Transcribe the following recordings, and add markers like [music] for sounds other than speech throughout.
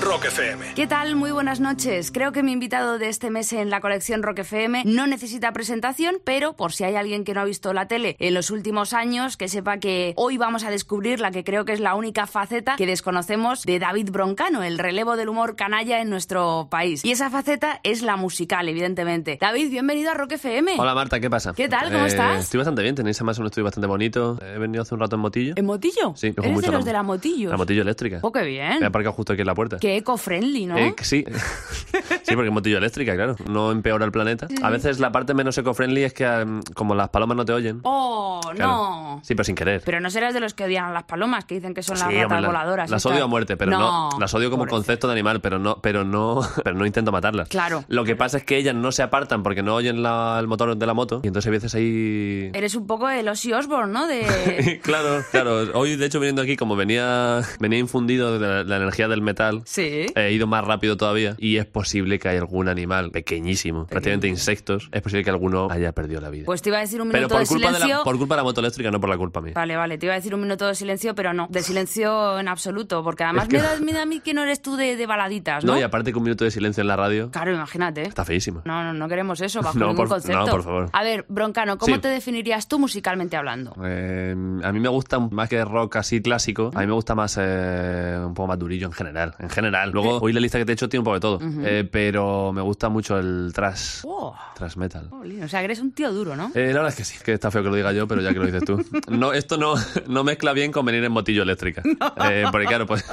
Rock FM. ¿Qué tal? Muy buenas noches. Creo que mi invitado de este mes en la colección Rock FM no necesita presentación, pero por si hay alguien que no ha visto la tele en los últimos años, que sepa que hoy vamos a descubrir la que creo que es la única faceta que desconocemos de David Broncano, el relevo del humor canalla en nuestro país. Y esa faceta es la musical, evidentemente. David, bienvenido a Rock FM. Hola Marta, ¿qué pasa? Eh, ¿Qué tal? ¿Cómo estás? Estoy bastante bien, tenéis además un estudio bastante bonito. He venido hace un rato en motillo. ¿En motillo? Sí, cojo Em, Eres mucho de los la- de la motillo. La motillo eléctrica. Oh, qué bien. Me he aparcado justo aquí en la puerta. Qué eco-friendly, ¿no? Eh, que sí. [laughs] sí, porque es motillo eléctrica, claro. No empeora el planeta. A veces la parte menos eco-friendly es que um, como las palomas no te oyen. Oh, Claro. no. Sí, pero sin querer. Pero no serás de los que odian a las palomas, que dicen que son las Sí, ratas hombre, la- voladoras. Las y odio tal. a muerte, pero no. las odio como pobre. concepto de animal, pero no, pero no, [laughs] pero no intento matarlas. Claro. Lo que pasa es que ellas no se apartan porque no oyen la- el motor de la moto. Y entonces a veces ahí. Eres un poco el Ozzy Osbourne, ¿no? [laughs] De... claro, claro. Hoy, de hecho, viniendo aquí, como venía, venía infundido de la, la energía del metal, sí. he ido más rápido todavía. Y es posible que hay algún animal pequeñísimo, prácticamente insectos, es posible que alguno haya perdido la vida. Pues te iba a decir un Pero minuto por de culpa de, silencio. la, por culpa de la moto eléctrica, no por la culpa mía. Vale, vale, te iba a decir un minuto de silencio, pero no, de silencio en absoluto, porque además Es que- me, da, me da a mí que no eres tú de, de baladitas, ¿no? No, y aparte que un minuto de silencio en la radio Claro, imagínate. está feísimo. No, no, no queremos eso, bajo [laughs] No, ningún por- concepto. no, por favor. A ver, Broncano, ¿cómo Sí. te definirías tú musicalmente hablando? Eh, a mí me gusta más que rock así clásico, a mí me gusta más eh, un poco más durillo en general. En general, Eh. luego hoy la lista que te he hecho tiene un poco de todo, Eh, pero me gusta mucho el trash, Oh, trash metal. jolín, o sea, que eres un tío duro, ¿no? Eh, la verdad es que sí, que está feo que lo diga yo, pero ya que lo dices tú. No, esto no, no mezcla bien con venir en [laughs] motillo eléctrica. Eh, porque claro, pues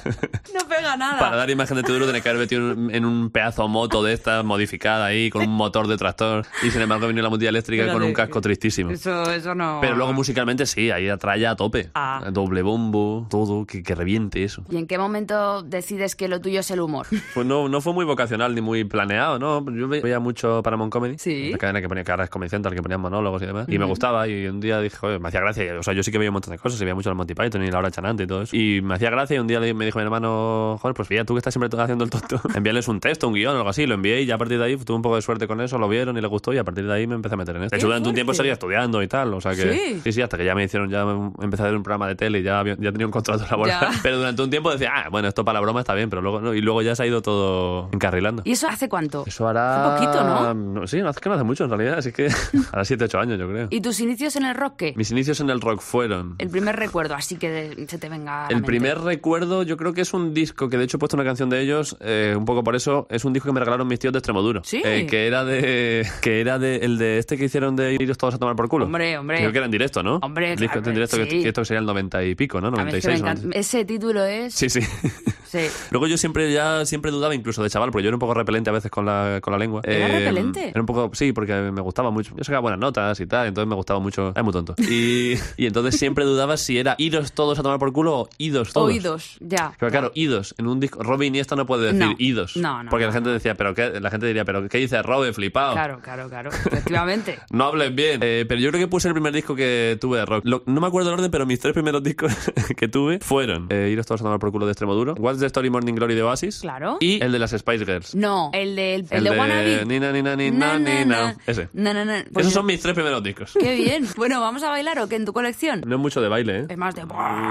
No pega nada. para dar imagen de tu duro tenés que haber metido en un- en un pedazo moto de esta modificada ahí, con un motor de tractor, y sin embargo vino la motilla eléctrica con Fíjate. un casco tristísimo. Eso, eso no. Pero luego musicalmente sí, ahí atraya a tope. Ah. Doble bombo, todo, que, que reviente eso. ¿Y en qué momento decides que lo tuyo es el humor? Pues no, no fue muy vocacional ni muy planeado, ¿no? Yo ve- veía mucho Paramount Comedy, Sí. la cadena que ponía caras Comedy Central, que ponían monólogos y demás, y me gustaba, y un día dije, "Joder, me hacía gracia, o sea, yo sí que veía un montón de cosas, y veía mucho el Monty Python y la hora chanante y todo eso, y me hacía gracia, y un día le- me dijo mi hermano, joder, pues fíjate tú que estás siempre haciendo [laughs] el tonto, envíales un texto, un guión o algo así, lo envié y ya a partir de ahí tuve un poco de suerte con eso, lo vieron y le gustó, y a partir de ahí me empecé a meter en esto. De hecho, durante un tiempo fuerte! seguía estudiando y tal, o sea que... Sí. Sí, sí, hasta que ya me hicieron, ya me- empecé a hacer un programa de tele, y ya, había- ya tenía un contrato laboral. [laughs] Ya. Pero durante un tiempo decía, ah, bueno, esto para la broma está bien, pero luego no. Y luego ya se ha ido todo encarrilando. ¿Y eso hace cuánto? Eso hará. Hace poquito, ¿no? Sí, no hace que no hace mucho en realidad, [laughs] así que hará 7, 8 años, yo creo. ¿Y tus inicios en el rock qué? Mis inicios en el rock fueron. El primer recuerdo, así que de- se te venga. a la El mente. primer recuerdo, yo creo que es un disco que de hecho he puesto una canción de ellos, eh, un poco por eso, es un disco que me regalaron mis tíos de Extremoduro. Sí. Eh, que era de. Que era de. El de este que hicieron de iros todos a tomar por culo. Hombre, hombre. Creo que era en directo, ¿no? Hombre, El disco claro, en directo, que- sí. que esto que sería el 90 y pico, ¿no? A mí es que me 96. encanta- 90. Ese título es. Sí, sí. [laughs] Sí. Luego yo siempre ya siempre dudaba incluso de chaval, porque yo era un poco repelente a veces con la, con la lengua. Em, ¿Era repelente? Era un poco, sí, porque me gustaba mucho. Yo sacaba buenas notas y tal, entonces me gustaba mucho. Es muy tonto. Y, [laughs] y entonces siempre dudaba si era idos todos a tomar por culo o idos todos. Oídos, ya. Pero claro, idos en un disco. Robin Iniesta no puede decir No. idos. No, no, Porque no, la gente decía, pero qué, la gente diría, pero ¿qué dice Robe, flipado? Claro, claro, claro. Efectivamente. No hablen bien. Eh, pero yo creo que puse el primer disco que tuve de rock. Lo- no me acuerdo el orden, pero mis tres primeros discos [laughs] que tuve fueron eh, Iros todos a tomar por culo de extremo duro, What's the Story Morning Glory de Oasis Claro. y el de las Spice Girls. No, el de, el, de, Wannabe. Nina, Nina, Nina, Nina. Ese. No, no, no. Esos son mis tres primeros discos. pues Qué bien. Bueno, ¿vamos a bailar o qué en tu colección? No es mucho de baile, ¿eh? Es más de.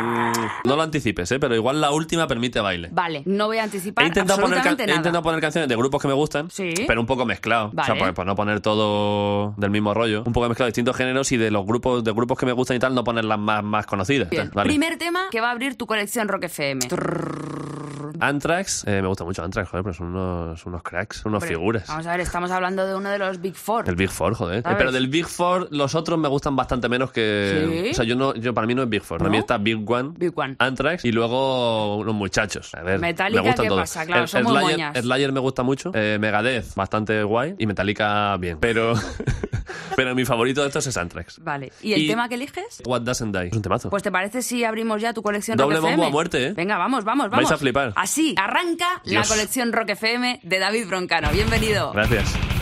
Mm, No lo anticipes, ¿eh? Pero igual la última permite baile. Vale, no voy a anticipar He intentado, poner can- absolutamente he nada. intentado poner canciones de grupos que me gustan, Sí. pero un poco mezclado. O Vale. sea, pues, pues no poner todo del mismo rollo. Un poco mezclado de distintos géneros y de los grupos de grupos que me gustan y tal, no poner las más, más conocidas. Bien. Vale. Primer tema que va a abrir tu colección Rock FM. Trrr. Anthrax, eh, me gusta mucho Anthrax, joder, pero son unos, unos cracks, son unos Hombre, figuras. Vamos a ver, estamos hablando de uno de los Big Four. El Big Four, joder. Eh, ¿Sabes? pero del Big Four, los otros me gustan bastante menos que. ¿Sí? O sea, yo no, yo para mí no es Big Four. Para ¿No? mí está Big One, Big One. Anthrax y luego unos muchachos. A ver, Metallica, me gustan ¿qué todos. pasa? Claro, El- son muy moñas. Slayer, Slayer me gusta mucho. eh, Megadeth, bastante guay. Y Metallica, bien. Pero, [laughs] pero mi favorito de estos es Anthrax. Vale. ¿Y el Y- tema que eliges? What Doesn't Die. Es un temazo. Pues te parece si abrimos ya tu colección Doble Rock FM? bombo a muerte, ¿eh? Venga, vamos, vamos, Vais vamos. a flipar. Así arranca Dios. la colección Rock FM de David Broncano. Bienvenido. Gracias. Oh,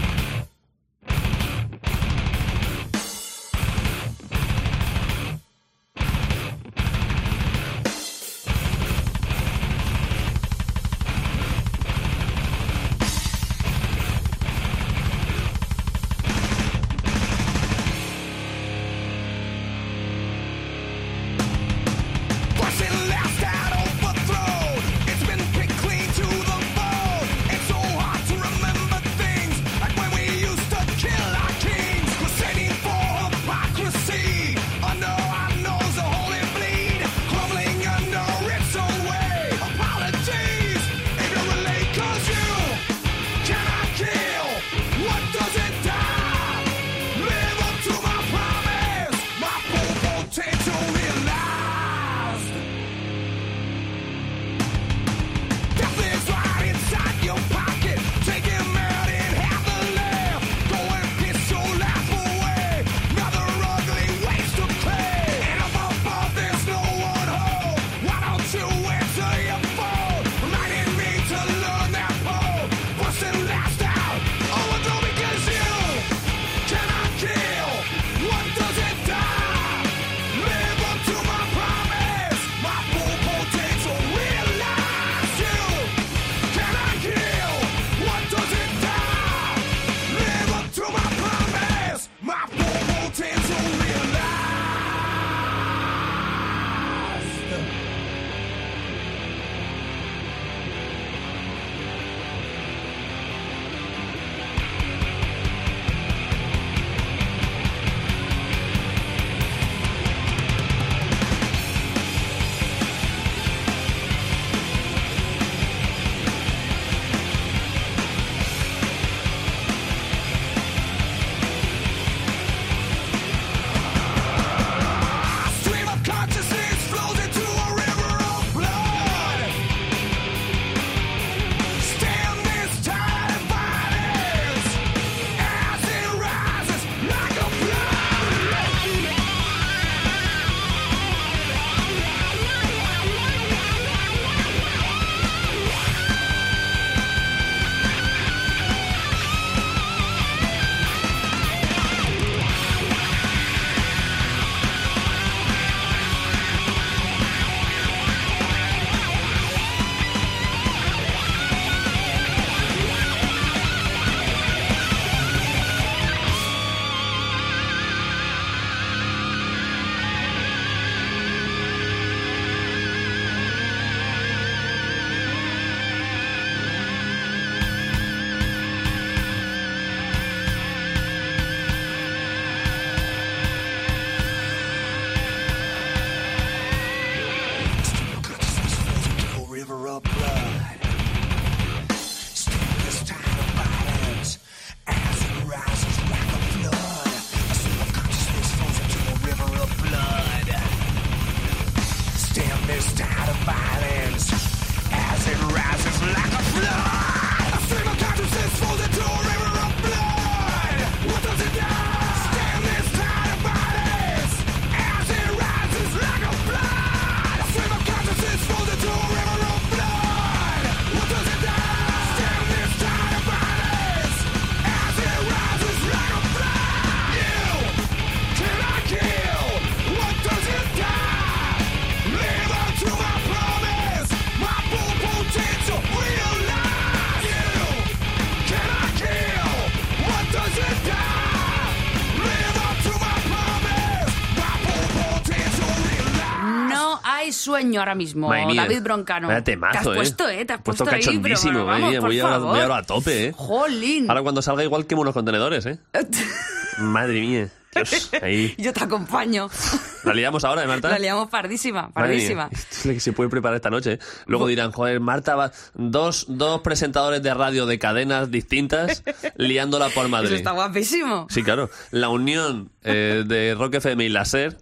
No hay sueño ahora mismo, Madre mía. David Broncano. Vaya temazo, te has eh. puesto, ¿eh? Te has Me he puesto, puesto ahí, pero cachondísimo, bueno, madre vamos, mía, por voy ahora- favor. voy ahora a tope, eh. Jolín. Ahora cuando salga igual quemo los contenedores, ¿eh? Madre mía. Dios, ahí. Yo te acompaño. La liamos ahora, ¿eh, Marta? La liamos pardísima, Madre mía, pardísima. Esto es lo que [laughs] se puede preparar esta noche. ¿eh? Luego dirán, joder, Marta va. Dos, dos presentadores de radio de [laughs] cadenas distintas liándola por Eso Madrid. está guapísimo. Sí, claro. La unión eh, de Rock FM y [laughs] la SER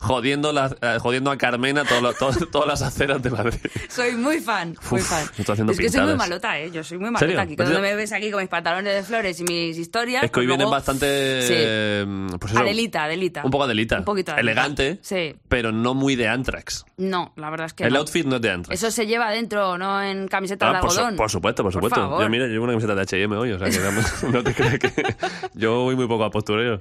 jodiendo, la- eh, jodiendo a Carmena todo lo- todo- todas las aceras de Madrid. Soy muy fan, muy Uf, fan. me estoy haciendo es que soy muy pintadas. malota, ¿eh? Yo soy muy ¿Serio? malota aquí. Pues Cuando yo- me ves aquí con mis pantalones de flores y mis historias... Es que hoy pues vienen luego- bastante. Sí. eh, pues eso, Adelita, Adelita. Un poco Adelita. Un poquito Adelita. Elegante, Sí. pero no muy de Anthrax. No, la verdad es que El no. outfit no es de Anthrax. Eso se lleva dentro, no en camiseta de Ah, por, su- algodón. por supuesto, por supuesto. favor. Yo, mira, llevo una camiseta de H&M hoy, o sea que [laughs] no, no te creas que... Yo voy muy poco a postureo.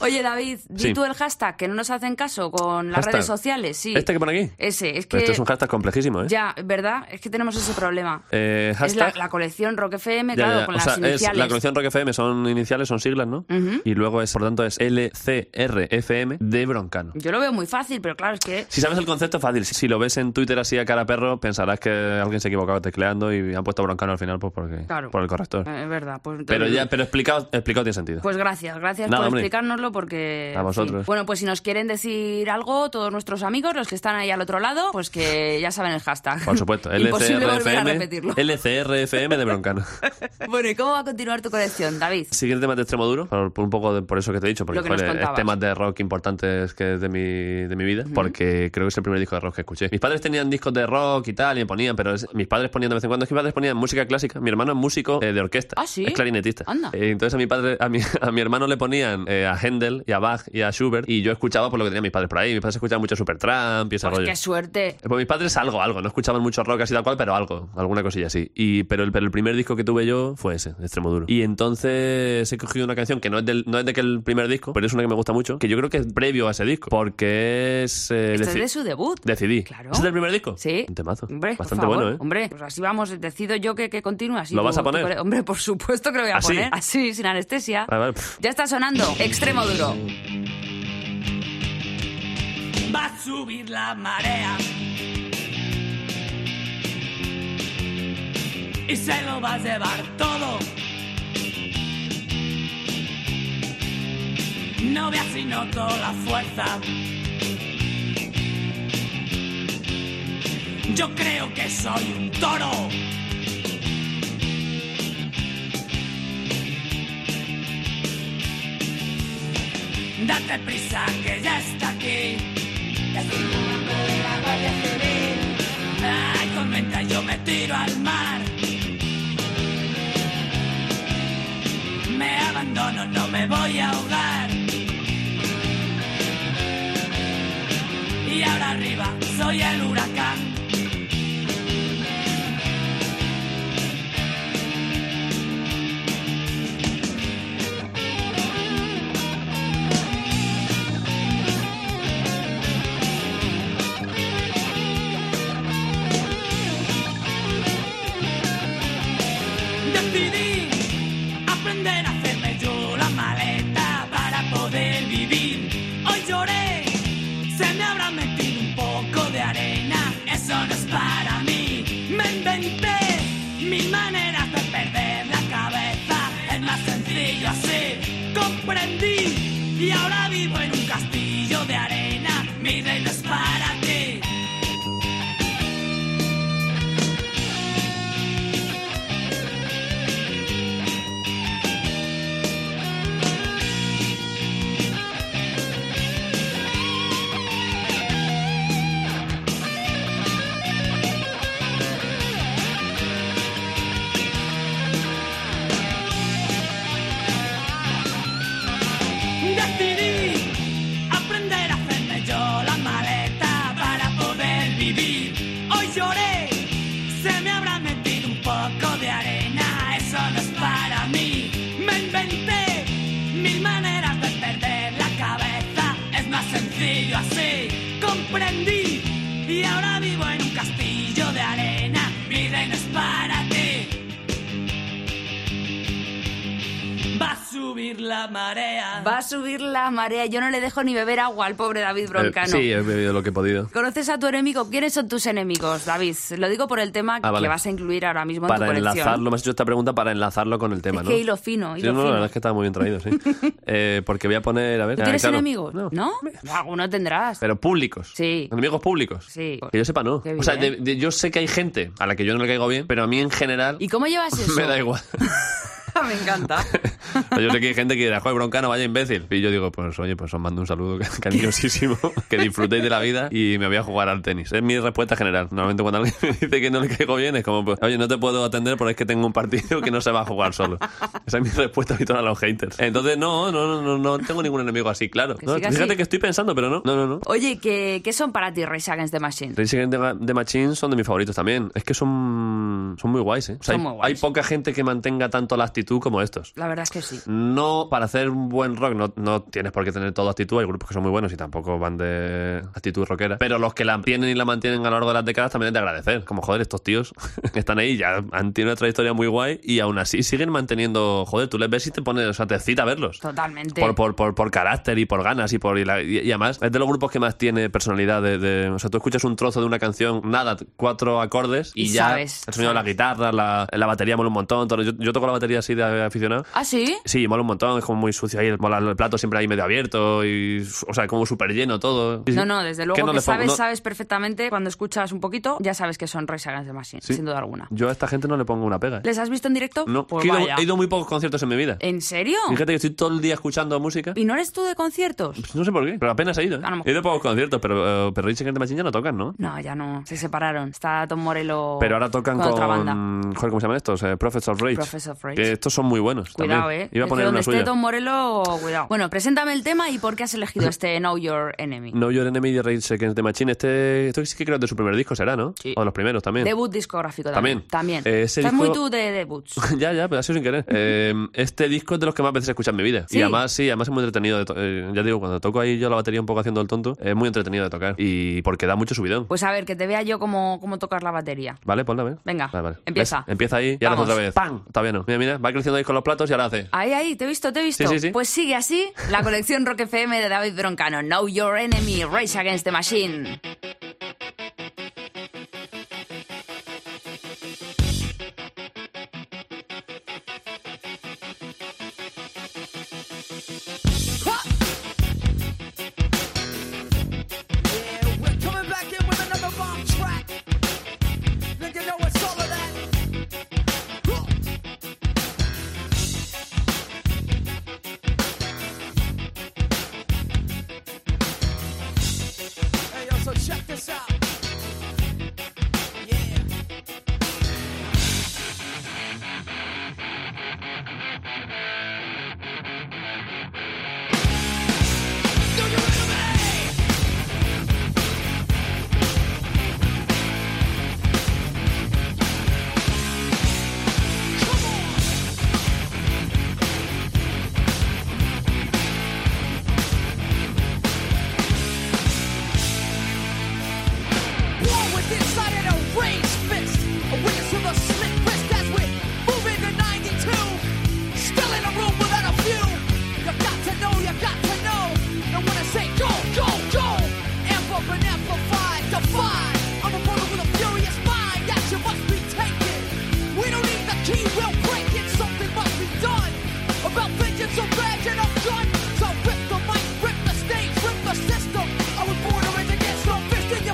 Oye, David, di Sí. tú el hashtag, que no nos hacen caso con las Hashtag. redes sociales, sí. ¿Este que pone aquí? Ese, es que... Pero esto es un hashtag complejísimo, ¿eh? Ya, ¿verdad? Es que tenemos ese problema. Eh, Es la, hashtag... la colección Rock FM, Ya, claro, ya, con o las sea, es- iniciales. la colección Rock FM son iniciales, son siglas, ¿no? Y luego es, por tanto, es LCRFM de Broncano. Yo lo veo muy fácil, pero claro, es que... eh, Si sabes el concepto, fácil. Si lo ves en Twitter así a cara perro, pensarás que alguien se ha equivocado tecleando y han puesto Broncano al final pues porque, Claro. por el corrector. Eh, Es verdad. Pues, pero ya, pero explicado, explicado tiene sentido. Pues gracias, gracias Nada, por hombre. explicárnoslo porque... en A fin. vosotros. Bueno, pues si nos quieren decir algo, todos nuestros amigos, los que están ahí al otro lado, pues que ya saben el hashtag. Por supuesto, [laughs] Imposible volver a LCRFM, repetirlo. LCRFM [laughs] de Broncano. Bueno, ¿y cómo va a continuar tu colección, David? Siguiente tema de extremo duro, por, por un poco de- por eso que te he dicho, porque Lo que nos joder, es contabas. temas de rock importantes que es de mi, de mi vida, porque creo que es el primer disco de rock que escuché. Mis padres tenían discos de rock y tal, y me ponían, pero es- mis padres ponían de vez en cuando, es que mis padres ponían música clásica. Mi hermano es músico eh, de orquesta, Ah, ¿sí? es clarinetista. Anda. Eh, entonces a mi padre, a mi, [laughs] a mi hermano le ponían eh, a Händel y a Bach y a Schubert, y yo escuchaba por lo que tenían mis padres por ahí. Mis padres escuchaban mucho Supertramp y ese Pues rollo. qué suerte. Eh, Pues mis padres algo, algo. No escuchaban mucho rock así tal cual, pero algo, alguna cosilla así. Y, pero, el, pero el primer disco que tuve yo fue ese, de Extremoduro. Y entonces he cogido una canción que no es, del, no es de aquel primer disco, pero es una que me gusta mucho, que yo creo que es previo a ese disco, porque es... eh, Esto es deci- de su debut. Decidí. Claro. ¿Es del primer disco? Sí. Un temazo. Hombre, por Bastante favor. bueno, ¿eh? Hombre, pues así vamos, decido yo que, que continúe así. ¿Lo tu- vas a tu poner? cole- Hombre, por supuesto que lo voy a ¿Así? poner. Así, sin anestesia. Vale, vale, pff. Ya está sonando. Extremo duro. va a subir la marea. Y se lo va a llevar todo. No veas si noto la fuerza. Yo creo que soy un toro. Date prisa que ya está aquí. Ay, con venta yo me tiro al mar. Me abandono, no me voy a ahogar. Y ahora arriba soy el huracán. Decidí aprender a hacerme yo la maleta para poder vivir. Hoy lloré, se me habrá metido un poco de arena, eso no es para mí. Me inventé mil maneras de perder la cabeza, es más sencillo así. Comprendí y ahora vivo en un castillo de arena, mi reino es para ti. Decidí aprender a hacerme yo la maleta para poder vivir. Hoy lloré, se me habrá metido un poco de arena, eso no es para mí. Me inventé mil maneras de perder la cabeza, es más sencillo así. Comprendí y ahora vivo en un castillo de arena, mi reino es para ti. Va a subir la marea. Va a subir la marea. Yo no le dejo ni beber agua al pobre David Broncano. Eh, sí, he bebido lo que he podido. ¿Conoces a tu enemigo? ¿Quiénes son tus enemigos, David? Lo digo por el tema Ah, vale. que vas a incluir ahora mismo Para en tu colección. enlazarlo, me has hecho esta pregunta para enlazarlo con el tema, Es ¿no? que hilo fino, Sí, hilo no, fino. la verdad es que está muy bien traído, [laughs] sí. Eh, porque voy a poner, a ver. ¿Tú ah, tienes claro. enemigos? No. ¿No? Alguno tendrás. Pero públicos. Sí. Enemigos públicos. Sí. Que yo sepa, no. Qué O sea, bien. de- de- yo sé que hay gente a la que yo no le caigo bien, pero a mí en general ¿Y cómo llevas eso? [laughs] me da igual. [laughs] Me encanta. [laughs] Pero yo sé que hay gente que dirá, joder, broncano, vaya imbécil. Y yo digo, pues oye, pues os mando un saludo ca- cariñosísimo, [laughs] que disfrutéis de la vida y me voy a jugar al tenis. Es mi respuesta general. Normalmente cuando alguien me dice que no le caigo bien, es como, pues, oye, no te puedo atender porque es que tengo un partido que no se va a jugar solo. Esa es mi respuesta habitual a los haters. Entonces, no, no, no, no, no tengo ningún enemigo así, claro. Que No, siga fíjate así. que estoy pensando, pero no, no, no, no. Oye, ¿qué, qué son para ti Rage Against the Machine? Rage Against the Ma- the Machine son de mis favoritos también. Es que son, son muy guays, ¿eh? O sea, Son hay, muy guays. hay poca gente que mantenga tanto la actitud como estos. La verdad es que sí. No, para hacer un buen rock no, no tienes por qué tener toda actitud. Hay grupos que son muy buenos y tampoco van de actitud rockera. Pero los que la tienen y la mantienen a lo largo de las décadas también es de agradecer. Como, joder, estos tíos [laughs] están ahí, ya han tenido una trayectoria muy guay y aún así siguen manteniendo. Joder, tú les ves y te pones, o sea, te excita verlos. Totalmente. Por, por, por, por carácter y por ganas y por y, la- y- y además es de los grupos que más tiene personalidad de, de- o sea tú escuchas un trozo de una canción nada cuatro acordes y, Y ya sabes, el sonido de la guitarra la, la batería mola un montón todo. yo, yo toco la batería así de aficionado ¿Ah, sí? Sí, mola un montón, es como muy sucio ahí, mola el plato siempre ahí medio abierto y, o sea, como súper lleno todo. No, no, desde ¿Qué luego no que le pongo? sabes, No, sabes perfectamente. Cuando escuchas un poquito, ya sabes que son Rage Against the Machine, Sí. sin duda alguna. Yo a esta gente no le pongo una pega. ¿eh? ¿Les has visto en directo? No, Pues que he, ido, vaya. Eh, he ido muy pocos conciertos en mi vida. ¿En serio? Fíjate que estoy todo el día escuchando música. ¿Y no eres tú de conciertos? Pues no sé por qué, pero apenas he ido. ¿eh? Eh, A lo mejor- He ido a pocos conciertos, pero, eh, pero Rage Against the Machine ya no tocan, ¿no? No, ya no. Se separaron. Está Tom Morello. Pero ahora tocan con. otra banda. Joder, ¿cómo se llaman estos? Eh, Prophets of Rage. Prophets of Rage. Que estos son muy buenos. Cuidado, también. eh. Iba a Es poner que una donde suya. esté Tom Morello, cuidado. Bueno, preséntame el tema y por qué has [laughs] elegido este Know Your Enemy. No Your Enemy de Rage Against the Machine. Este, esto sí que creo que es de su primer disco, será, ¿no? Sí. O de los primeros también. Debut discográfico también. También. Eh, ese Estás disco- muy tú de debuts. [laughs] ya, ya, pero ha sido sin querer. Eh, este disco es de los que más veces he escuchado en mi vida. Sí. Y además, sí, además es muy entretenido. de to- eh, ya digo, cuando toco ahí yo la batería un poco haciendo el tonto, es muy entretenido de tocar. Y porque da mucho subidón. Pues a ver, que te vea yo cómo, cómo tocar la batería. Vale, ponla, a ver. Venga, Vale, vale. empieza. ¿Ves? Empieza ahí y ahora Vamos. Ah. otra vez. ¡Pam! Todavía no. Mira, mira, va creciendo ahí con los platos y ahora hace. Ahí, ahí, te he visto, te he visto. Sí, sí, sí. Pues sigue así la colección Rock FM de David Broncano. Know Your Enemy, Rage Against the Machine. Yeah, we're coming back in with another bomb track. Then you know it's all of that. Huh. Hey, yo, so check this Uh, E,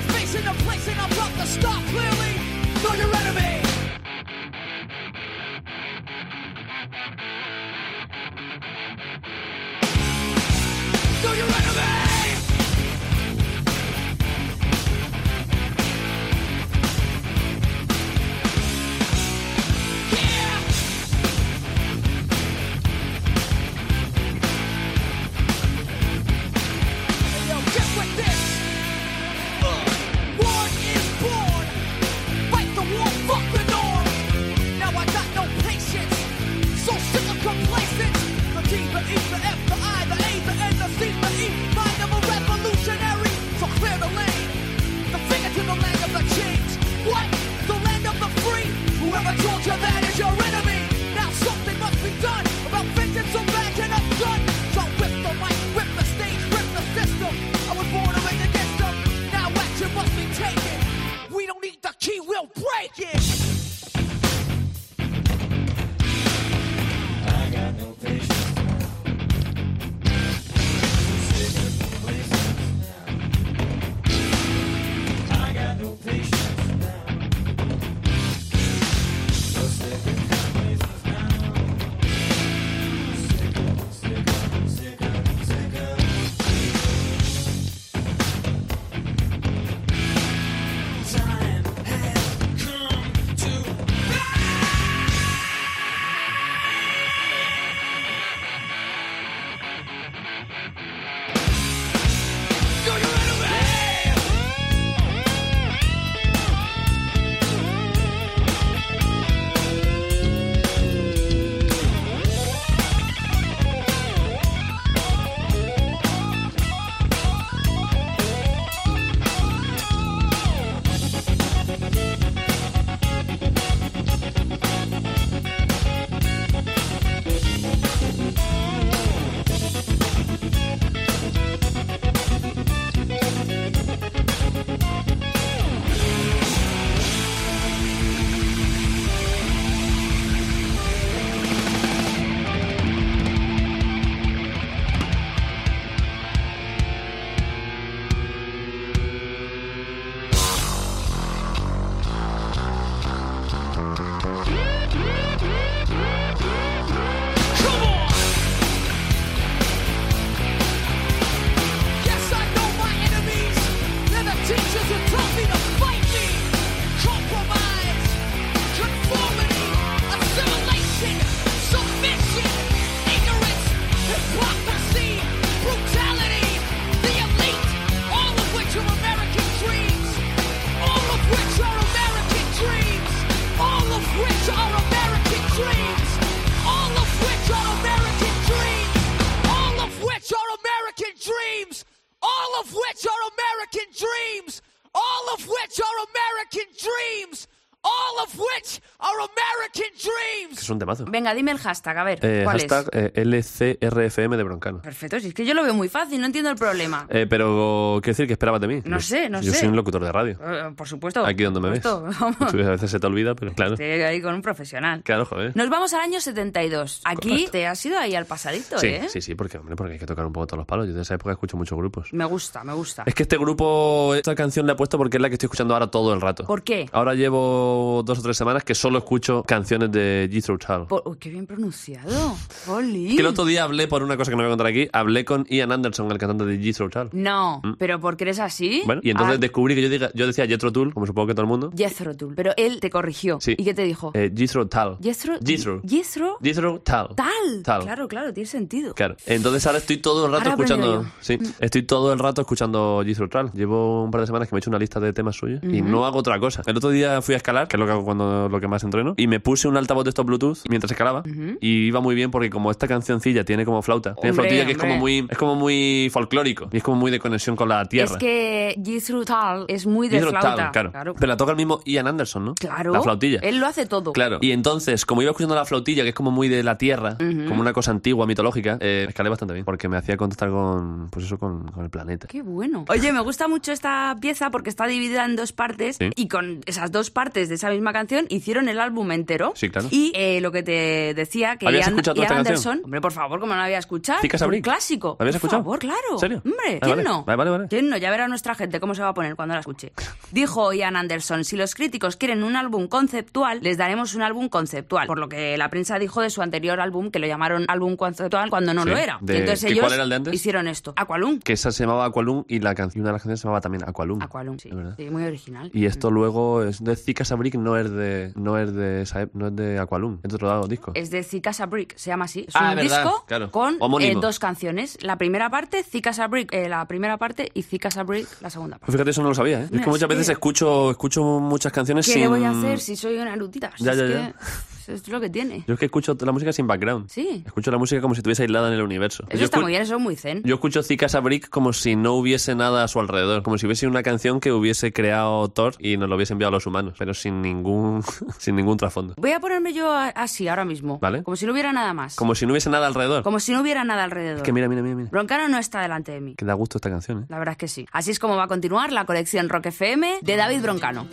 un temazo. Venga, dime el hashtag, a ver, Eh, ¿cuál hashtag es? eh, LCRFM de Broncano. Perfecto, si es que yo lo veo muy fácil, no entiendo el problema. Eh, pero, ¿qué decir? ¿Qué esperabas de mí? No Yo- sé, no Yo sé. soy un locutor de radio. Eh, por supuesto. Aquí donde me por ves. supuesto, [laughs] vamos. A veces se te olvida, pero claro. Estoy ahí con un profesional. Claro, joder. Nos vamos al año 72. Aquí Correcto. te has ido ahí al pasadito, sí, ¿eh? sí, sí, porque, hombre, porque hay que tocar un poco todos los palos. Yo de esa época escucho muchos grupos. Me gusta, me gusta. Es que este grupo, esta canción la he puesto porque es la que estoy escuchando ahora todo el rato. ¿Por qué? Ahora llevo dos o tres semanas que solo escucho canciones de Jethro Tull. Por- uy, qué bien pronunciado. Oli. Que el otro día hablé, por una cosa que no voy a contar aquí, hablé con Ian Anderson, el cantante de Jethro Tull. No, pero ¿por qué eres así? ¿Mm? Bueno, y entonces Ah, descubrí que yo, diga- yo decía Jethro Tull, como supongo que todo el mundo. Jethro Tull. Pero él te corrigió. Sí. ¿Y qué te dijo? Eh, Jethro Tull. Jethro. Jethro. Jethro. Jethro Tull. Tal. Tal. Claro, claro, tiene sentido. Claro. Entonces ahora estoy todo el rato Ahora Mm. aprendo escuchando. yo. Sí, estoy todo el rato escuchando Jethro Tull. Llevo un par de semanas que me he hecho una lista de temas suyos y no hago otra cosa. El otro día fui a escalar, que es lo que hago cuando lo que más entreno, y me puse un altavoz de estos Bluetooth mientras escalaba y iba muy bien porque como esta cancioncilla tiene como flauta, tiene Hombre, flautilla que es como hombre. muy es como muy folclórico y es como muy de conexión con la tierra. Es que Jethro Tull es muy de Jethro Tull, flauta. claro. Pero la toca el mismo Ian Anderson, ¿no? Claro. La flautilla. Él lo hace todo. Claro. Y entonces, como iba escuchando la flautilla, que es como muy de la tierra, como una cosa antigua, mitológica, eh, escalé bastante bien. Porque me hacía contactar con, pues eso, con, con el planeta. Qué bueno. Oye, me gusta mucho esta pieza porque está dividida en dos partes Sí. y con esas dos partes de esa misma canción hicieron el álbum entero. Sí, claro. Y eh, lo que te decía que ¿Habías Ian, escuchado tú Ian esta canción? Anderson, hombre, por favor, como no la había escuchado, ¿Chicas un Abril? clásico. ¿La habías por escuchado? favor, claro. ¿En serio? Ah, Hombre, Vale, ¿quién vale. no? Vale, vale, vale. ¿Quién no? Ya verá nuestra gente cómo se va a poner cuando la escuche. Dijo Ian Anderson, si los críticos quieren un álbum conceptual, les daremos un álbum conceptual, por lo que la prensa dijo de su anterior álbum que lo llamaron álbum conceptual cuando no Sí, lo era. de- Y entonces ¿que ellos cuál era el de antes? hicieron esto. Aqualung. Que esa se llamaba Aqualum y la canción, una de las canciones se llamaba también Aqualum. Aqualung, sí. Mm, Es verdad. Sí, muy original. Y esto luego es de Zika Sabrik, no es de no es de esa ep- no es de Aqualum, es de otro disco. Es de Zikasa Brick, se llama así. Es Ah, un verdad, disco claro. con Homónimo. eh, dos canciones. La primera parte, Zikasa Brick, eh, la primera parte, y Zikasa Brick, la segunda parte. Fíjate, eso no lo sabía, ¿eh? Es Mira, que muchas es que- veces escucho escucho muchas canciones ¿Qué sin voy a hacer si soy una erudita? Si Ya, es ya, que- ya. eso es lo que tiene. Yo es que escucho la música sin background. Sí. Escucho la música como si estuviese aislada en el universo. Eso Yo está escu- muy bien, eso es muy zen. Yo escucho Zika Sabrik como si no hubiese nada a su alrededor, como si hubiese una canción que hubiese creado Thor y nos lo hubiese enviado a los humanos, pero sin ningún, [laughs] sin ningún trasfondo. Voy a ponerme yo a- así ahora mismo. Vale. Como si no hubiera nada más. Como si no hubiese nada alrededor. Como si no hubiera nada alrededor. Es que mira, mira, mira, mira. Broncano no está delante de mí. Que da gusto esta canción, ¿eh? La verdad es que sí. Así es como va a continuar la colección Rock FM de David Broncano.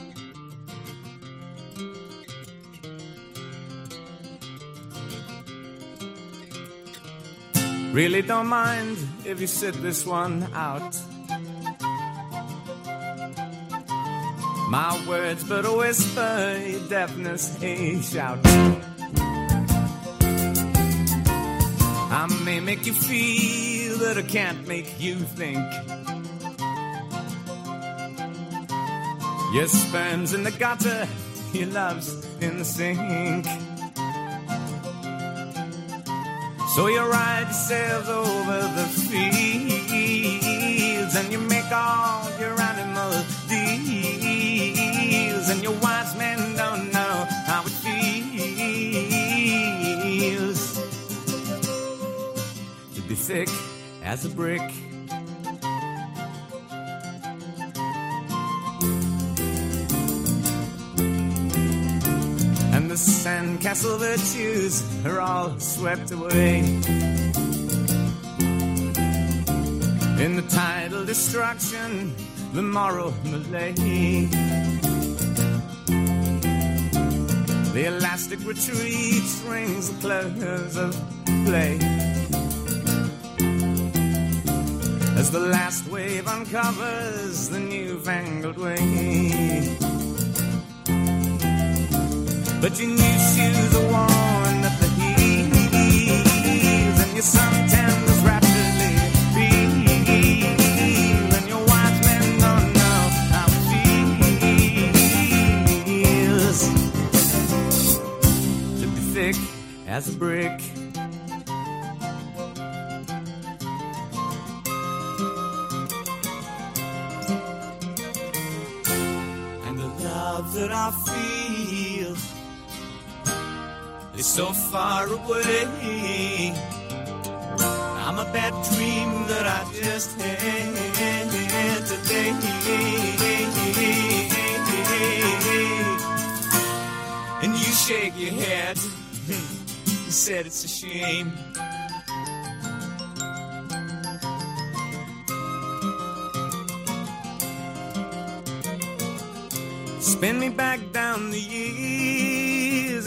Really don't mind if you sit this one out. My words, but a whisper, your deafness, a shout. I may make you feel that I can't make you think. Your sperm's in the gutter, your love's in the sink. So you ride yourselves over the fields and you make all your animal deals and your wise men don't know how it feels to be thick as a brick. And the sandcastle virtues are all swept away. In the tidal destruction, the moral malaise. The elastic retreat rings the close of play. As the last wave uncovers the newfangled way. But your new shoes are worn at the heels, and your suntan is rapidly peeled, and your wise men don't know how it feels to be thick as a brick. And the love that I feel is so far away. I'm a bad dream that I just had today. And you shake your head. [laughs] He said it's a shame. Spin me back down the years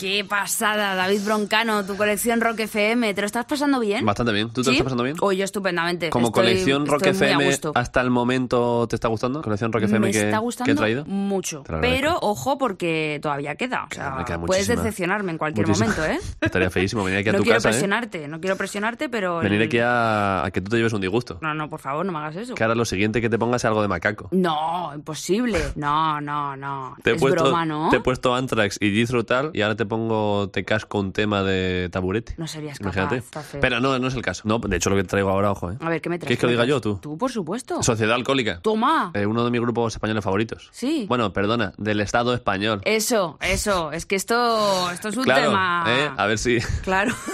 Qué pasada, David Broncano, tu colección Rock FM. ¿Te lo estás pasando bien? Bastante bien. ¿Tú te lo ¿Sí? estás pasando bien? Oh, yo estupendamente. Como Estoy- colección Rock estoy muy a FM, gusto. ¿hasta el momento te está gustando? ¿Colección Rock FM me que, está que gustando he traído? mucho. Te lo agradezco. Pero ojo porque todavía queda. O sea, me queda puedes muchísima- decepcionarme en cualquier muchísima. momento, [laughs] ¿eh? Estaría feísimo venir aquí a No tu quiero casa, ¿eh? presionarte, no quiero presionarte, pero... Venir aquí a, a que tú te lleves un disgusto. No, no, por favor, no me hagas eso. Que ahora lo siguiente que te pongas es algo de macaco. No, imposible. No, no, no. Te he, es puesto, broma, ¿no? te he puesto Anthrax y Jethro Tull y ahora te pongo, te casco un tema de taburete. No serías capaz, Imagínate. está feo. Pero no, no es el caso. No, de hecho lo que te traigo ahora, ojo, ¿eh? A ver, ¿qué me traes? ¿Quieres que lo ¿Qué me diga yo o traes? tú? Tú, por supuesto. Sociedad Alcohólica. Toma. Eh, uno de mis grupos españoles favoritos. Sí. Bueno, perdona, del Estado español. Eso, eso. Es que esto, esto es un claro, tema... ¿eh? A ver si... [laughs] Claro. [laughs]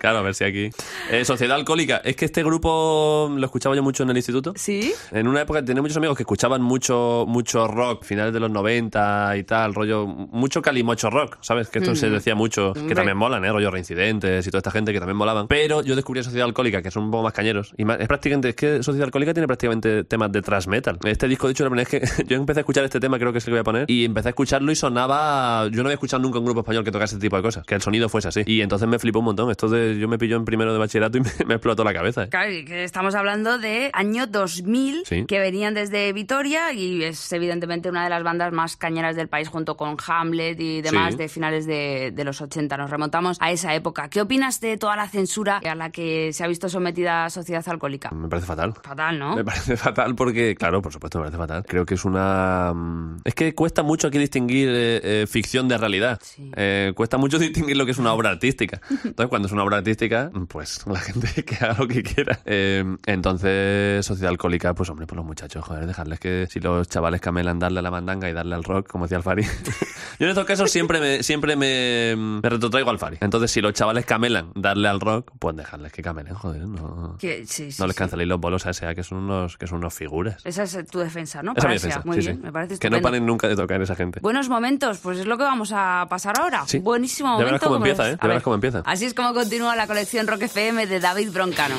Claro, a ver si aquí. Eh, Sociedad Alcohólica. Es que este grupo lo escuchaba yo mucho en el instituto. ¿Sí? En una época tenía muchos amigos que escuchaban mucho, mucho rock, finales de los 90 y tal, rollo, mucho calimocho rock, ¿sabes? Que esto se decía mucho, que también molan, ¿eh? Rollo reincidentes y toda esta gente que también molaban. Pero yo descubrí a Sociedad Alcohólica, que son un poco más cañeros. Y más- es prácticamente, es que Sociedad Alcohólica tiene prácticamente temas de thrash metal. Este disco, de hecho, la primera vez que [laughs] yo empecé a escuchar este tema, creo que es el que voy a poner, y empecé a escucharlo y sonaba. Yo no había escuchado nunca un grupo español que tocase este tipo de cosas, que el sonido fuese así. Y entonces me flipó un montón. Esto de yo me pilló en primero de bachillerato y [laughs] me, me explotó la cabeza. ¿eh? Claro, y que estamos hablando de año 2000, Sí. que venían desde Vitoria y es evidentemente una de las bandas más cañeras del país junto con Hamlet y demás Sí. de finales de, de los 80. Nos remontamos a esa época. ¿Qué opinas de toda la censura a la que se ha visto sometida Sociedad Alcohólica? Me parece fatal. Fatal, ¿no? Me parece [laughs] fatal porque, claro, por supuesto, me parece fatal. Creo que es una. mm, Es que cuesta mucho aquí distinguir eh, eh, ficción de realidad. Sí. Eh, cuesta mucho [laughs] distinguir lo que es una obra artística. Entonces, cuando es una obra artística, pues [laughs] la gente que haga lo que quiera. Eh, entonces, sociedad alcohólica, pues hombre, pues los muchachos, joder, dejarles que si los chavales camelan, darle a la mandanga y darle al rock, como decía Alfari. [laughs] Yo en estos casos siempre me, siempre me, mm, me retrotraigo al Alfari. Entonces, si los chavales camelan, darle al rock, pues dejarles que camelen, joder, no. Que- sí, sí, No les sí. canceléis los bolos a S.A., que son unos, que son unos figuras. Esa es tu defensa, ¿no? Esa es mi Para defensa. SEA. Muy sí, bien, sí. me parece que no estupendo. paren nunca de tocar esa gente. Buenos momentos, pues es lo que vamos a pasar ahora. Sí. Buenísimo Ya momento. verás cómo como empieza, es. ¿eh? A Ya verás ver, cómo empieza. Así es como continúa la colección Rock FM de David Broncano.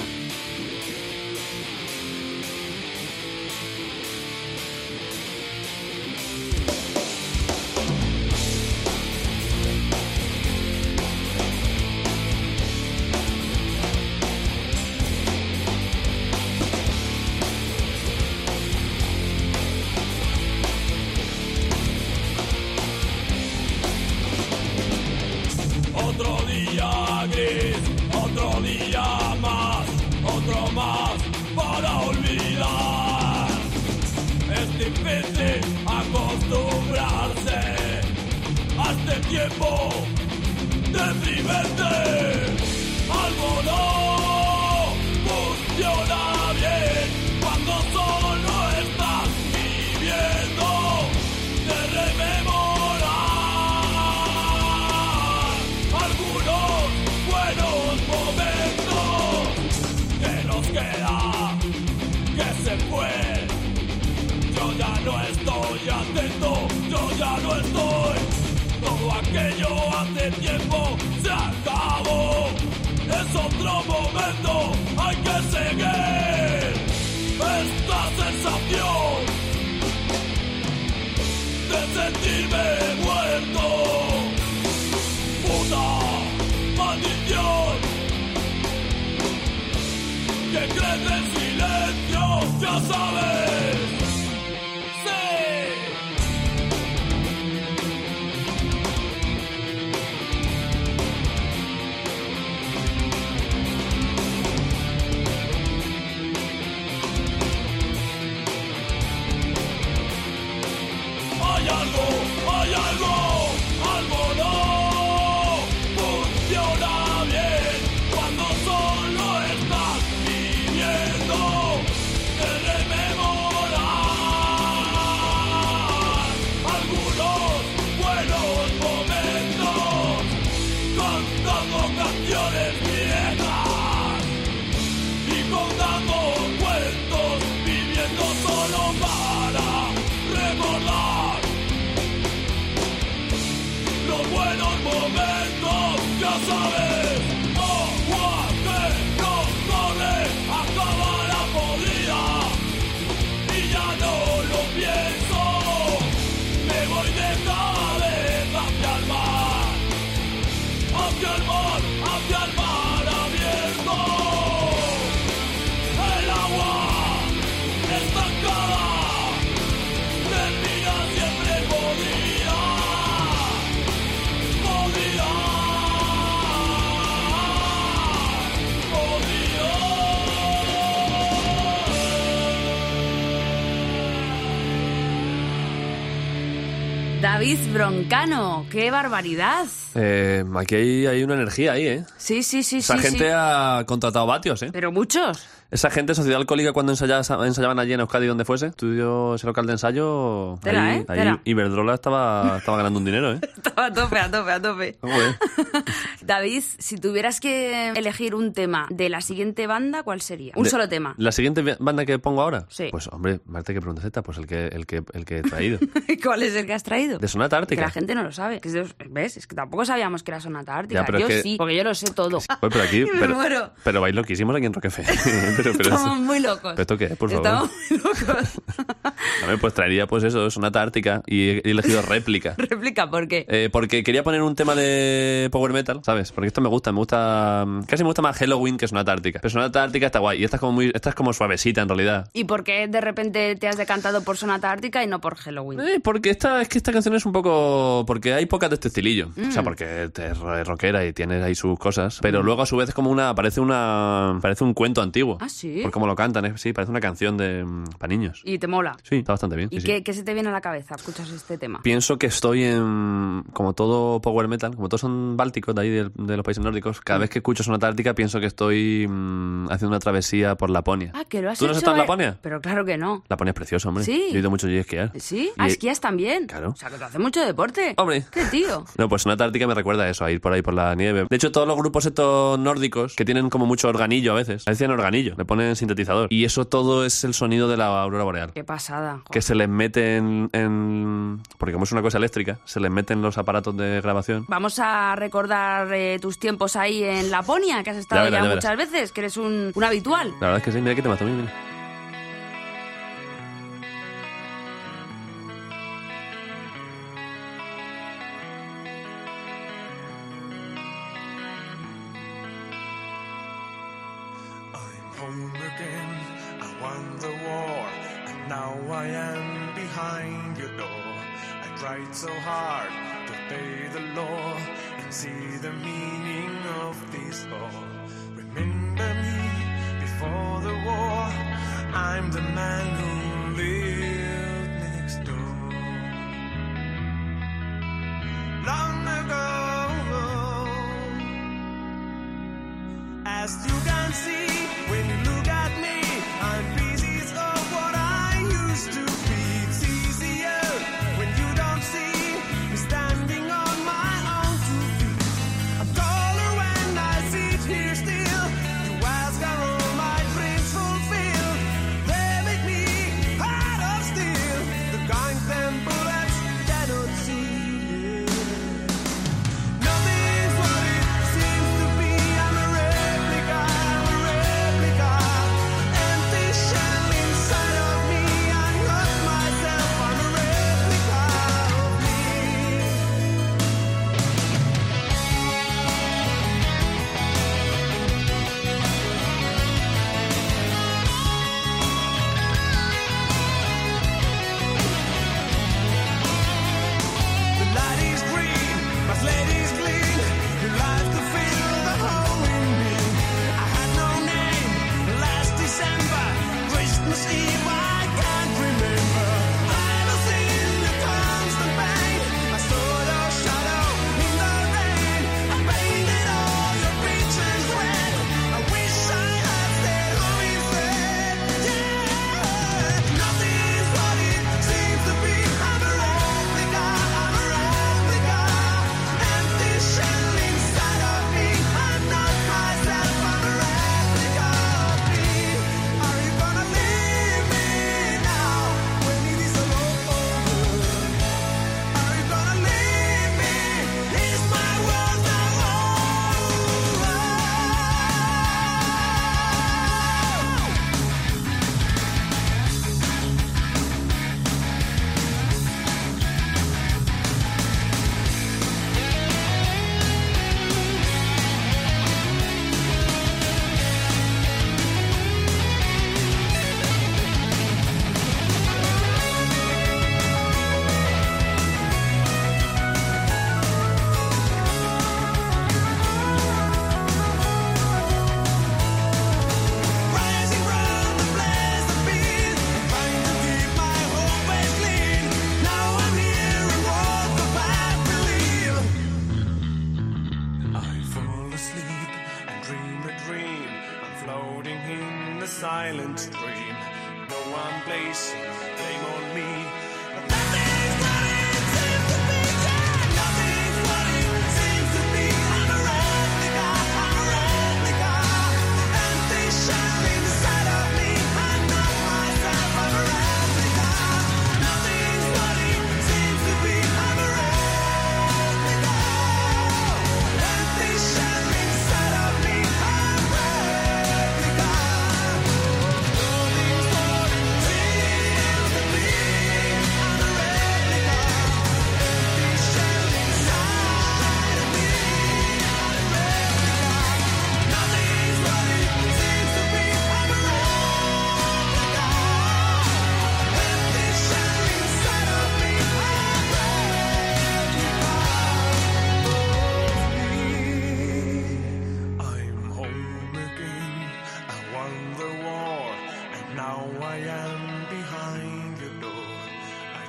Otro día gris, otro día más, otro más para olvidar. Es difícil acostumbrarse a este tiempo deprimente. Algo no funciona bien cuando solo estás viviendo de rememorar algunos buenos momentos que nos queda que se fue. Yo ya no estoy atento, yo ya no estoy. Todo aquello hace tiempo se acabó. Es otro momento, hay que seguir. Esta sensación de sentirme muerto. Puta maldición que crece en silencio, ya sabes. Sí. Hay algo, hay algo, algo no funciona bien cuando solo estás viviendo de rememorar David Broncano, qué barbaridad. Eh, aquí hay, hay una energía ahí, ¿eh? Sí, sí, sí, Esa sí. gente sí. ha contratado vatios, ¿eh? Pero muchos. [laughs] Esa gente, Sociedad Alcohólica, cuando ensayas- ensayaban allí en Euskadi, donde fuese, estudio ese local de ensayo. Tela, ahí, ¿eh? ahí Tela. Iberdrola estaba, estaba ganando un dinero, ¿eh? Estaba a tope, a tope, a tope. Joder. [laughs] David, si tuvieras que elegir un tema de la siguiente banda, ¿cuál sería? [laughs] Un De- solo tema. ¿La siguiente vi- banda que pongo ahora? Sí. Pues, hombre, Marte, que pregunta Z, pues el que, el, que, el que [laughs] he traído. [laughs] ¿Cuál es el que has traído? De Sonata Ártica. Que la gente no lo sabe. Que es de- ¿Ves? Es que tampoco sabíamos que era Sonata Ártica. Ya, pero yo es que- sí, porque yo lo sé todo. Oye, Pues, pero [laughs] aquí. Me pero, muero. pero vais loquísimos aquí en Roquefe. [laughs] pero, pero Estamos muy locos. ¿Pero esto qué es, por favor? Estamos muy locos. [laughs] A ver, pues traería pues eso, Sonata Ártica y he he [laughs] elegido réplica. Replica, ¿por qué? Eh, porque quería poner un tema de power metal, ¿sabes? Porque esto me gusta, me gusta. mm, Casi me gusta más Halloween que Sonata Ártica. Pero Sonata Ártica está guay y esta es como, muy, esta es como suavecita en realidad. ¿Y por qué de repente te has decantado por Sonata Ártica y no por Halloween? Eh, porque esta, es que esta canción es un poco. Porque hay pocas de este estilillo. O Mm. sea, porque te- es ro- es rockera y tienes ahí sus cosas. Pero luego a su vez es como una. Parece una. Parece un cuento antiguo. Ah, ¿sí? Por cómo lo cantan, eh, sí, parece una canción de. para niños. Y te mola. Sí, está bastante bien. ¿Y sí, sí. qué, qué se te viene a la cabeza? Escuchas este tema. Pienso que estoy en. Como todo power metal, como todos son bálticos de ahí del- de, los países nórdicos, cada Mm. vez que escucho Sonata Ártica pienso que estoy mm, haciendo una travesía por Laponia. Ah, que lo has ¿Tú no has hecho, estado en eh? Laponia? Pero claro que no. Laponia es precioso, hombre. Sí. Yo he ido mucho allí a esquiar. ¿Sí? Y- ¿A esquías también? Claro. O sea, que tú haces mucho deporte. Hombre. ¿Qué tío? No, pues una táctica me recuerda a eso, a ir por ahí por la nieve. De hecho, todos los grupos estos nórdicos que tienen como mucho organillo a veces, a veces en organillo, le ponen sintetizador. Y eso todo es el sonido de la aurora boreal. Qué pasada. Que se les mete en, en- Porque como es una cosa eléctrica, se les meten los aparatos de grabación. Vamos a recordar eh, tus tiempos ahí en Laponia, que has estado Ya ya, verás, ya muchas veces, que eres un, un habitual. La verdad es que sí, mira que te mató, mira. I'm home again. I won the war, and now I am behind your door. I tried so hard to obey the law and see the meaning of this all. Remember me before the war. I'm the man who lived next door. Long ago. As you can see, when you look at me, I'm pieces of what I used to be. It's easier when you don't see me standing on my own two feet. I'm taller when I sit here still. You ask are all my dreams fulfilled. They make me heart of steel. The kind them bullets cannot see. Nothing's what it seems to be. I'm a replica, I'm a replica.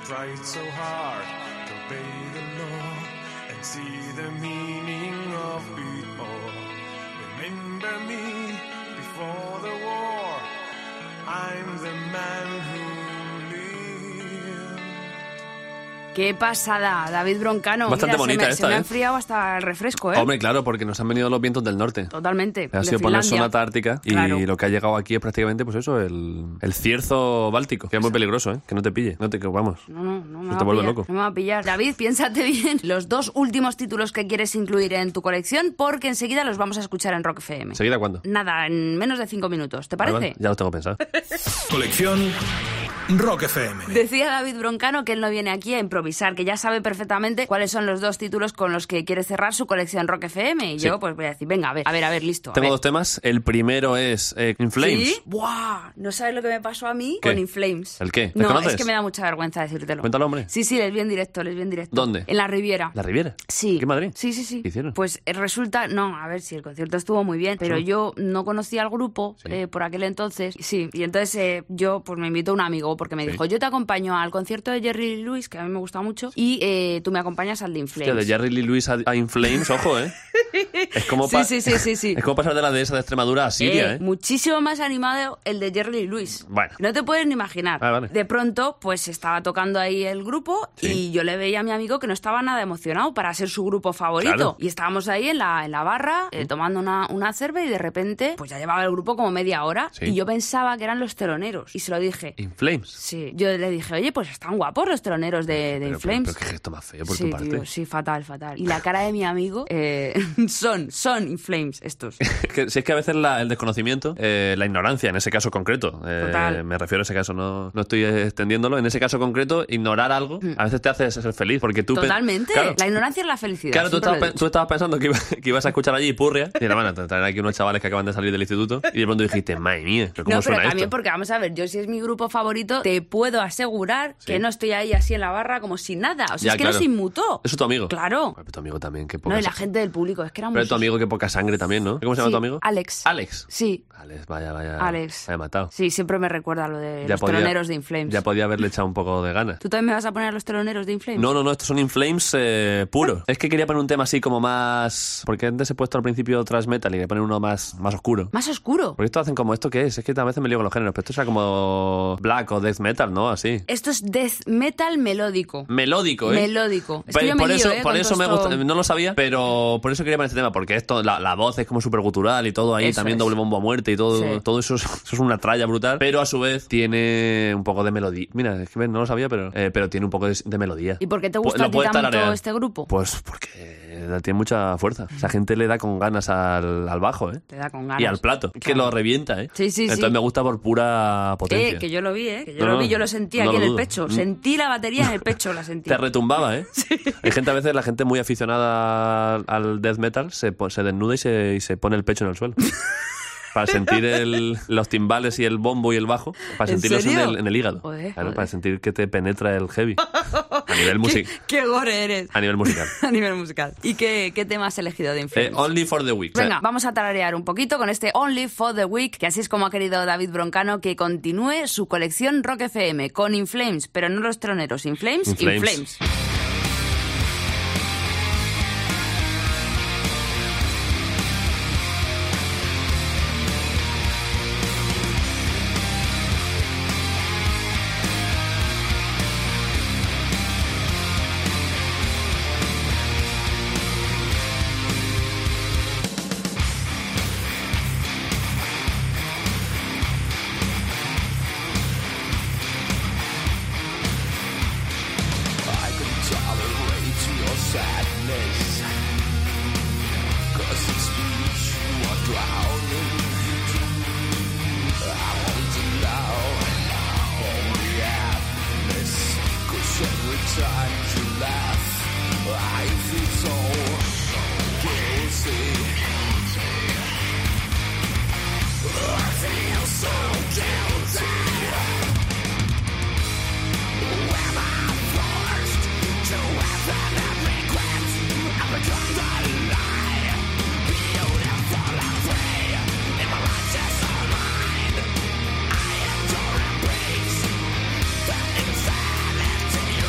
Tried so hard to obey the law and see the meaning of it all. Remember me before the war. I'm the man who lived. Qué pasada, David Broncano. Bastante Mira, se bonita me- esta, Se me ha ¿eh? enfriado hasta el refresco, ¿eh? Hombre, claro, porque nos han venido los vientos del norte. Totalmente. Ha de sido poner Finlandia. sonata ártica y Claro. lo que ha llegado aquí es prácticamente, pues eso, el, el cierzo báltico, que es muy peligroso, ¿eh? Que no te pille, no te, que vamos. No, no, no me, Se va te a vuelve pillar, loco. no me va a pillar. David, piénsate bien [laughs] los dos últimos títulos que quieres incluir en tu colección porque enseguida los vamos a escuchar en Rock FM. ¿Seguida cuándo? Nada, en menos de cinco minutos, ¿te parece? Vale, vale, ya lo [laughs] tengo pensado. Colección Rock FM. Decía David Broncano que él no viene aquí a improvisar, que ya sabe perfectamente cuáles son los dos títulos con los que quiere cerrar su colección Rock FM. Y Sí. yo pues voy a decir, venga, a ver, a ver, a ver, listo. a Tengo ver. dos temas. El primero es eh, In Flames. ¿Sí? ¡Buah! ¿No sabes lo que me pasó a mí ¿Qué? con Inflames? ¿El qué? ¿Te No, conoces? es que me da mucha vergüenza decírtelo. Cuéntalo, hombre. Sí, sí, les vi en directo, les vi en directo. ¿Dónde? En la Riviera. ¿La Riviera? Sí. ¿Qué Madrid? Sí, sí, sí. ¿Qué hicieron? Pues eh, resulta, no, a ver si el concierto estuvo muy bien, pero Sí. yo no conocía al grupo eh, por aquel entonces, sí, y entonces eh, yo pues me invitó un amigo porque me Sí. dijo, yo te acompaño al concierto de Jerry Lee Lewis, que a mí me gusta mucho, y eh, tú me acompañas al de Inflames. Hostia, de Jerry Lee Lewis a, a In Flames, ojo, [laughs] ¿eh? Es como, Sí, pa- sí, sí, sí, sí. es como pasar de la dehesa de Extremadura a Siria, Eh, ¿eh? Muchísimo más animado el de Jerry Lee Lewis. Bueno. Ah, No te puedes ni imaginar. Vale, vale. De pronto, pues estaba tocando ahí el grupo y yo le veía a mi amigo que no estaba nada emocionado para ser su grupo favorito. Claro. Mm. Y estábamos ahí en la, en la barra eh, tomando una, una cerveza y de repente, pues ya llevaba el grupo como media hora Sí. y yo pensaba que eran los teloneros. Y se lo dije. In Flames. Sí, yo le dije, oye, pues están guapos los teloneros de, de Pero- Inflames. Pero, pero qué gesto más feo por sí, tu parte. tío, sí, fatal, fatal. Y la cara de mi amigo eh, [laughs] son, son Inflames estos. [laughs] Que- si es que a veces la- el desconocimiento, eh, la ignorancia en ese caso concreto, eh, Total. me refiero a ese caso, no, no estoy extendiéndolo, en ese caso concreto, ignorar algo a veces te hace ser feliz porque tú... pe- Mm. Totalmente. Claro. La ignorancia es la felicidad. Claro, tú siempre estabas, lo pe- tú estabas pensando que, iba- [laughs] que ibas a escuchar allí Purria y la van a traer aquí unos chavales que acaban de salir del instituto y de pronto dijiste, madre mía, pero ¿cómo no, pero suena también esto? porque vamos a ver, yo si es mi grupo favorito, te puedo asegurar que no estoy ahí así en la barra como sin nada. O sea, Ya, es que claro. nos inmutó. Eso es tu amigo. Claro. Pero tu amigo también, qué poca No, y la sangre. gente del público, es que era muy Pero tu amigo, qué poca sangre también, ¿no? ¿Cómo se llama Sí, tu amigo? Alex. Alex. Sí. Alex, vaya, vaya. Alex. Me ha matado. Sí, siempre me recuerda lo de los teloneros de Inflames. Ya podía haberle echado un poco de ganas. ¿Tú también me vas a poner los teloneros de Inflames? No, no, no, estos son Inflames eh, puros. es que quería poner un tema así como más. Porque antes he puesto al principio Thrash metal y quería poner uno más, más oscuro. Más oscuro. Porque esto hacen como esto que es. Es que a veces me lío con los géneros, pero esto era como black o death metal, ¿no? Así. Esto es death metal melódico. Melódico, ¿eh? Melódico. Es Pe- que yo me por lío, eso, ¿eh? por con eso todo me esto. gusta, no lo sabía, pero por eso quería poner este tema, porque esto, la, la voz es como súper gutural y todo ahí, Eso también es. doble bombo a muerte y todo, Sí. todo eso, es, [laughs] eso es una tralla brutal, pero a su vez tiene un poco de melodía. Mira, es que ves, no lo sabía, pero, eh, pero tiene un poco de, de melodía. ¿Y por qué te Pu- gusta lo a ti puedes tanto tararear. este grupo? Pues porque la- tiene mucha fuerza. Esa gente le da con ganas al, al bajo, ¿eh? Te da con ganas. Y al plato, que lo revienta, ¿eh? Sí, sí, sí. Entonces me gusta por pura potencia. Eh, que yo lo vi, ¿eh? Que yo No, lo vi, no, yo lo sentí no aquí lo en el dudo. pecho. Mm. Sentí la batería en el pecho, la sentí. [laughs] Te [laughs] retumbaba, ¿eh? Hay gente a veces, la gente muy aficionada al- al death metal se, po- se desnuda y se, y se pone el pecho en [laughs] el suelo. Para sentir el- los timbales y el bombo y el bajo, para ¿En sentirlos en serio? el, en el hígado. Joder, Claro, joder. Para sentir que te penetra [laughs] el heavy. A nivel, ¿Qué, music, qué gore eres a nivel musical. [laughs] a nivel musical. ¿Y qué, qué tema has elegido de Eh, Inflames? only for the week. Venga, vamos a tararear un poquito con este Only for the Week, que así es como ha querido David Broncano que continúe su colección Rock FM con Inflames, pero no los troneros, Inflames, Inflames. Inflames. I can tolerate your sadness. Cause in speech you are drowning. I want to know all the happiness. Cause every time you laugh, I feel so guilty. I feel so guilty. Insanity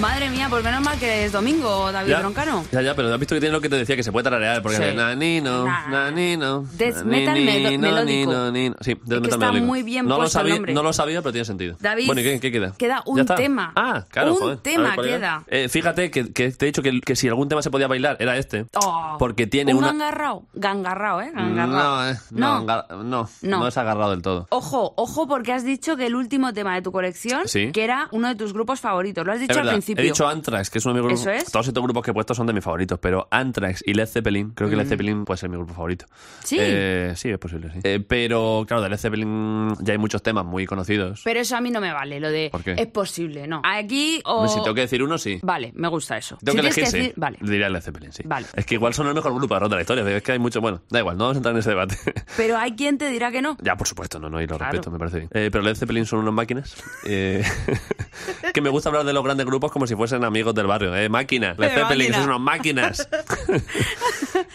Madre mía, pues menos mal que es domingo, David Ya. Broncano. Ya, ya, pero has visto que tiene lo que te decía, que se puede tararear, porque Sí. hace nanino, Nah. nanino. Death nanino, metal melo- nino, melódico. nino, nino. Sí, death metal está melódico. muy bien no lo, puesto el sabía, nombre. no lo sabía, pero tiene sentido. David, bueno, ¿y qué, qué queda? queda un Ya está. tema. Ah, claro, Un joder. A tema ¿cuál era? queda. Eh, fíjate que, que te he dicho que, que si algún tema se podía bailar, era este. Oh, Porque tiene un una... gangarrao, gangarrao, ¿eh? Gangarrao. No, eh, no, No. ga- no, No. no es agarrado del todo. Ojo, ojo, porque has dicho que el último tema de tu colección, Sí. que era uno de tus grupos favoritos, lo has dicho es al verdad, principio. He dicho Anthrax, que es uno de mis grupos. Eso es. Todos estos grupos que he puesto son de mis favoritos, pero Anthrax y Led Zeppelin, creo que Led Mm. Zeppelin puede ser mi grupo favorito. Sí. Eh, sí, es posible, sí. Eh, pero claro, de Led Zeppelin ya hay muchos temas muy conocidos. Pero eso a mí no me vale, lo de ¿Por qué? es posible, no. Aquí o Hombre, Si tengo que decir uno, sí. Vale, me gusta eso. Tengo Si que tienes elegir, sí. decir- Vale. Diría Led Zeppelin, sí. Vale. Es que igual son el mejor grupo de rock de la historia, pero es que hay mucho. Bueno, da igual, no vamos a entrar en ese debate. Pero hay quien te dirá que no. Ya, por supuesto, no, no, y lo Claro. respeto, me parece bien. Eh, pero Led Zeppelin son unas máquinas. [laughs] eh, que me gusta hablar de los grandes grupos como si fuesen amigos del barrio. Eh, máquinas, Led Pero Zeppelin, máquina. son [laughs] unas máquinas.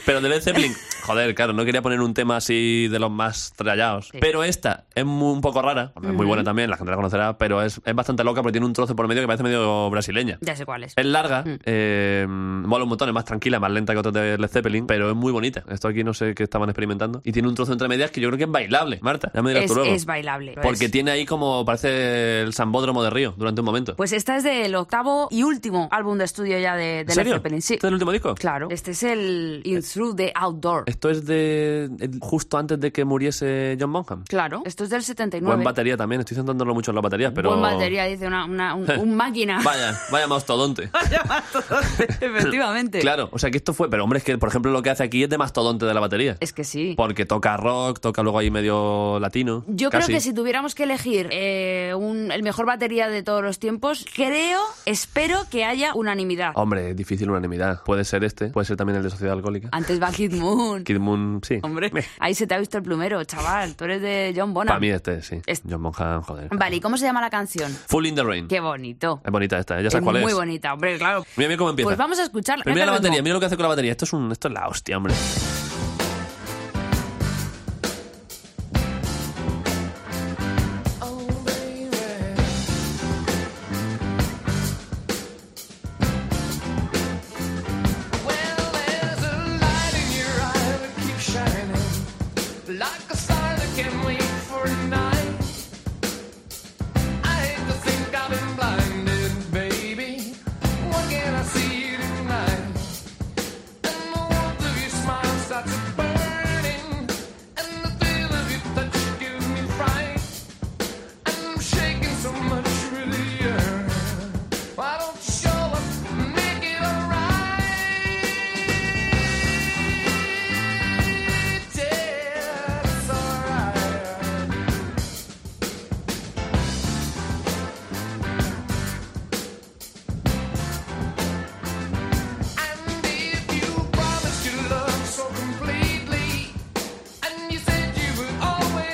pero de Led Zeppelin, joder, claro, no quería poner un tema así de los más trallados. Pero esta es mu- un poco rara, es muy Ujú. buena también, la gente la conocerá, pero es, es bastante loca porque tiene un trozo por medio que parece medio brasileña. Ya sé cuál es. Es larga, Mm. eh, mola un montón, es más tranquila, más lenta que otras de Led Zeppelin, pero es muy bonita. Esto aquí no sé qué estaban experimentando. Y tiene un trozo entre medias que yo creo que es bailable, Marta. Ya me dirás Es, tú luego. es bailable. pues. lo Porque es. tiene ahí como parece el sambódromo de Río durante un momento. Pues esta es del octavo octavo y último álbum de estudio ya de, de Led serio? Zeppelin. Sí. ¿Este es el último disco? Claro. Este es el In Through the Outdoor. Esto es de el- justo antes de que muriese John Bonham. Claro. Esto es del 79. Buen batería también, estoy centrándolo mucho en las baterías, pero... Buen batería, dice una, una- un, [laughs] un máquina. Vaya, vaya mastodonte. [laughs] Efectivamente. Claro, o sea que esto fue... Pero hombre, es que por ejemplo lo que hace aquí es de mastodonte de la batería. Es que sí. Porque toca rock, toca luego ahí medio latino. Yo casi. creo que si tuviéramos que elegir eh, un- el mejor batería de todos los tiempos, creo, espero que haya unanimidad. Hombre, es difícil unanimidad. Puede ser este, puede ser también el de Sociedad Alcohólica. Antes va Kid [laughs] Moon. Kid Moon, sí. Ah. Hombre, ahí se te ha visto el plumero, chaval. Tú eres de John Bonham. Para mí este, sí. John Bonham, joder. Vale, ¿y cómo se llama la canción? Full in the Rain. Qué bonito. Es bonita esta, ¿eh? ya sabes cuál es. Muy bonita, hombre, claro. Mira, mira cómo empieza. Pues vamos a escucharla. Pero mira la Ahorita batería, lo mira lo que hace con la batería. Esto es, un, esto es la hostia, hombre. Baby, what can I see tonight? And the warmth of your smile's [laughs] Oh,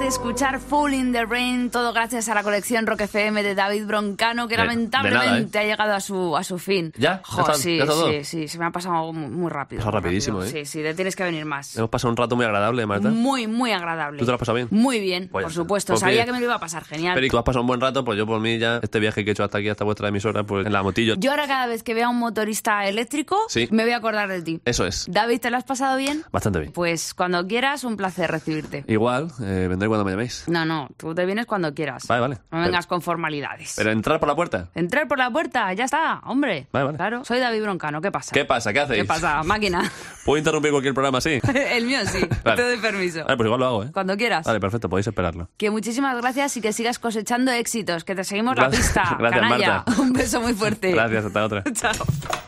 de escuchar Full in the Rain, todo gracias a la colección Rock FM de David Broncano, que De- de lamentablemente nada, ¿eh? ha llegado a su, a su fin. ¿Ya? ¿Ya Jo, está- sí, ya está todo? sí, sí, se me ha pasado mu- muy rápido. Pasa muy rapidísimo, rápido. ¿eh? Sí, sí, te tienes que venir más. Hemos pasado un rato muy agradable, Marta. Muy, muy agradable. ¿Tú te lo has pasado bien? Muy bien, Pues ya por está. supuesto. Pues Sabía bien. que me lo iba a pasar, genial. Pero tú has pasado un buen rato, pues yo por mí ya este viaje que he hecho hasta aquí, hasta vuestra emisora, pues en la motillo. Yo ahora cada vez que vea un motorista eléctrico, Sí. me voy a acordar de ti. Eso es. David, ¿te lo has pasado bien? Bastante bien. Pues cuando quieras, un placer recibirte. Igual, eh, vendré cuando me llaméis. No, no, tú te vienes cuando quieras. Vale, vale. No vengas con formalidades. Pero entrar por la puerta. Entrar por la puerta, ya está, hombre. Vale, vale. Claro, soy David Broncano, ¿qué pasa? ¿Qué pasa? ¿Qué hacéis? ¿Qué pasa, máquina? [laughs] ¿Puedo interrumpir cualquier programa así? El mío sí, Vale. te doy permiso. Vale, pues igual lo hago, ¿eh? Cuando quieras. Vale, perfecto, podéis esperarlo. Que muchísimas gracias y que sigas cosechando éxitos, que te seguimos [laughs] Gracias- la pista, gracias, canalla. Marta. Un beso muy fuerte. Gracias, hasta otra. [laughs] Chao.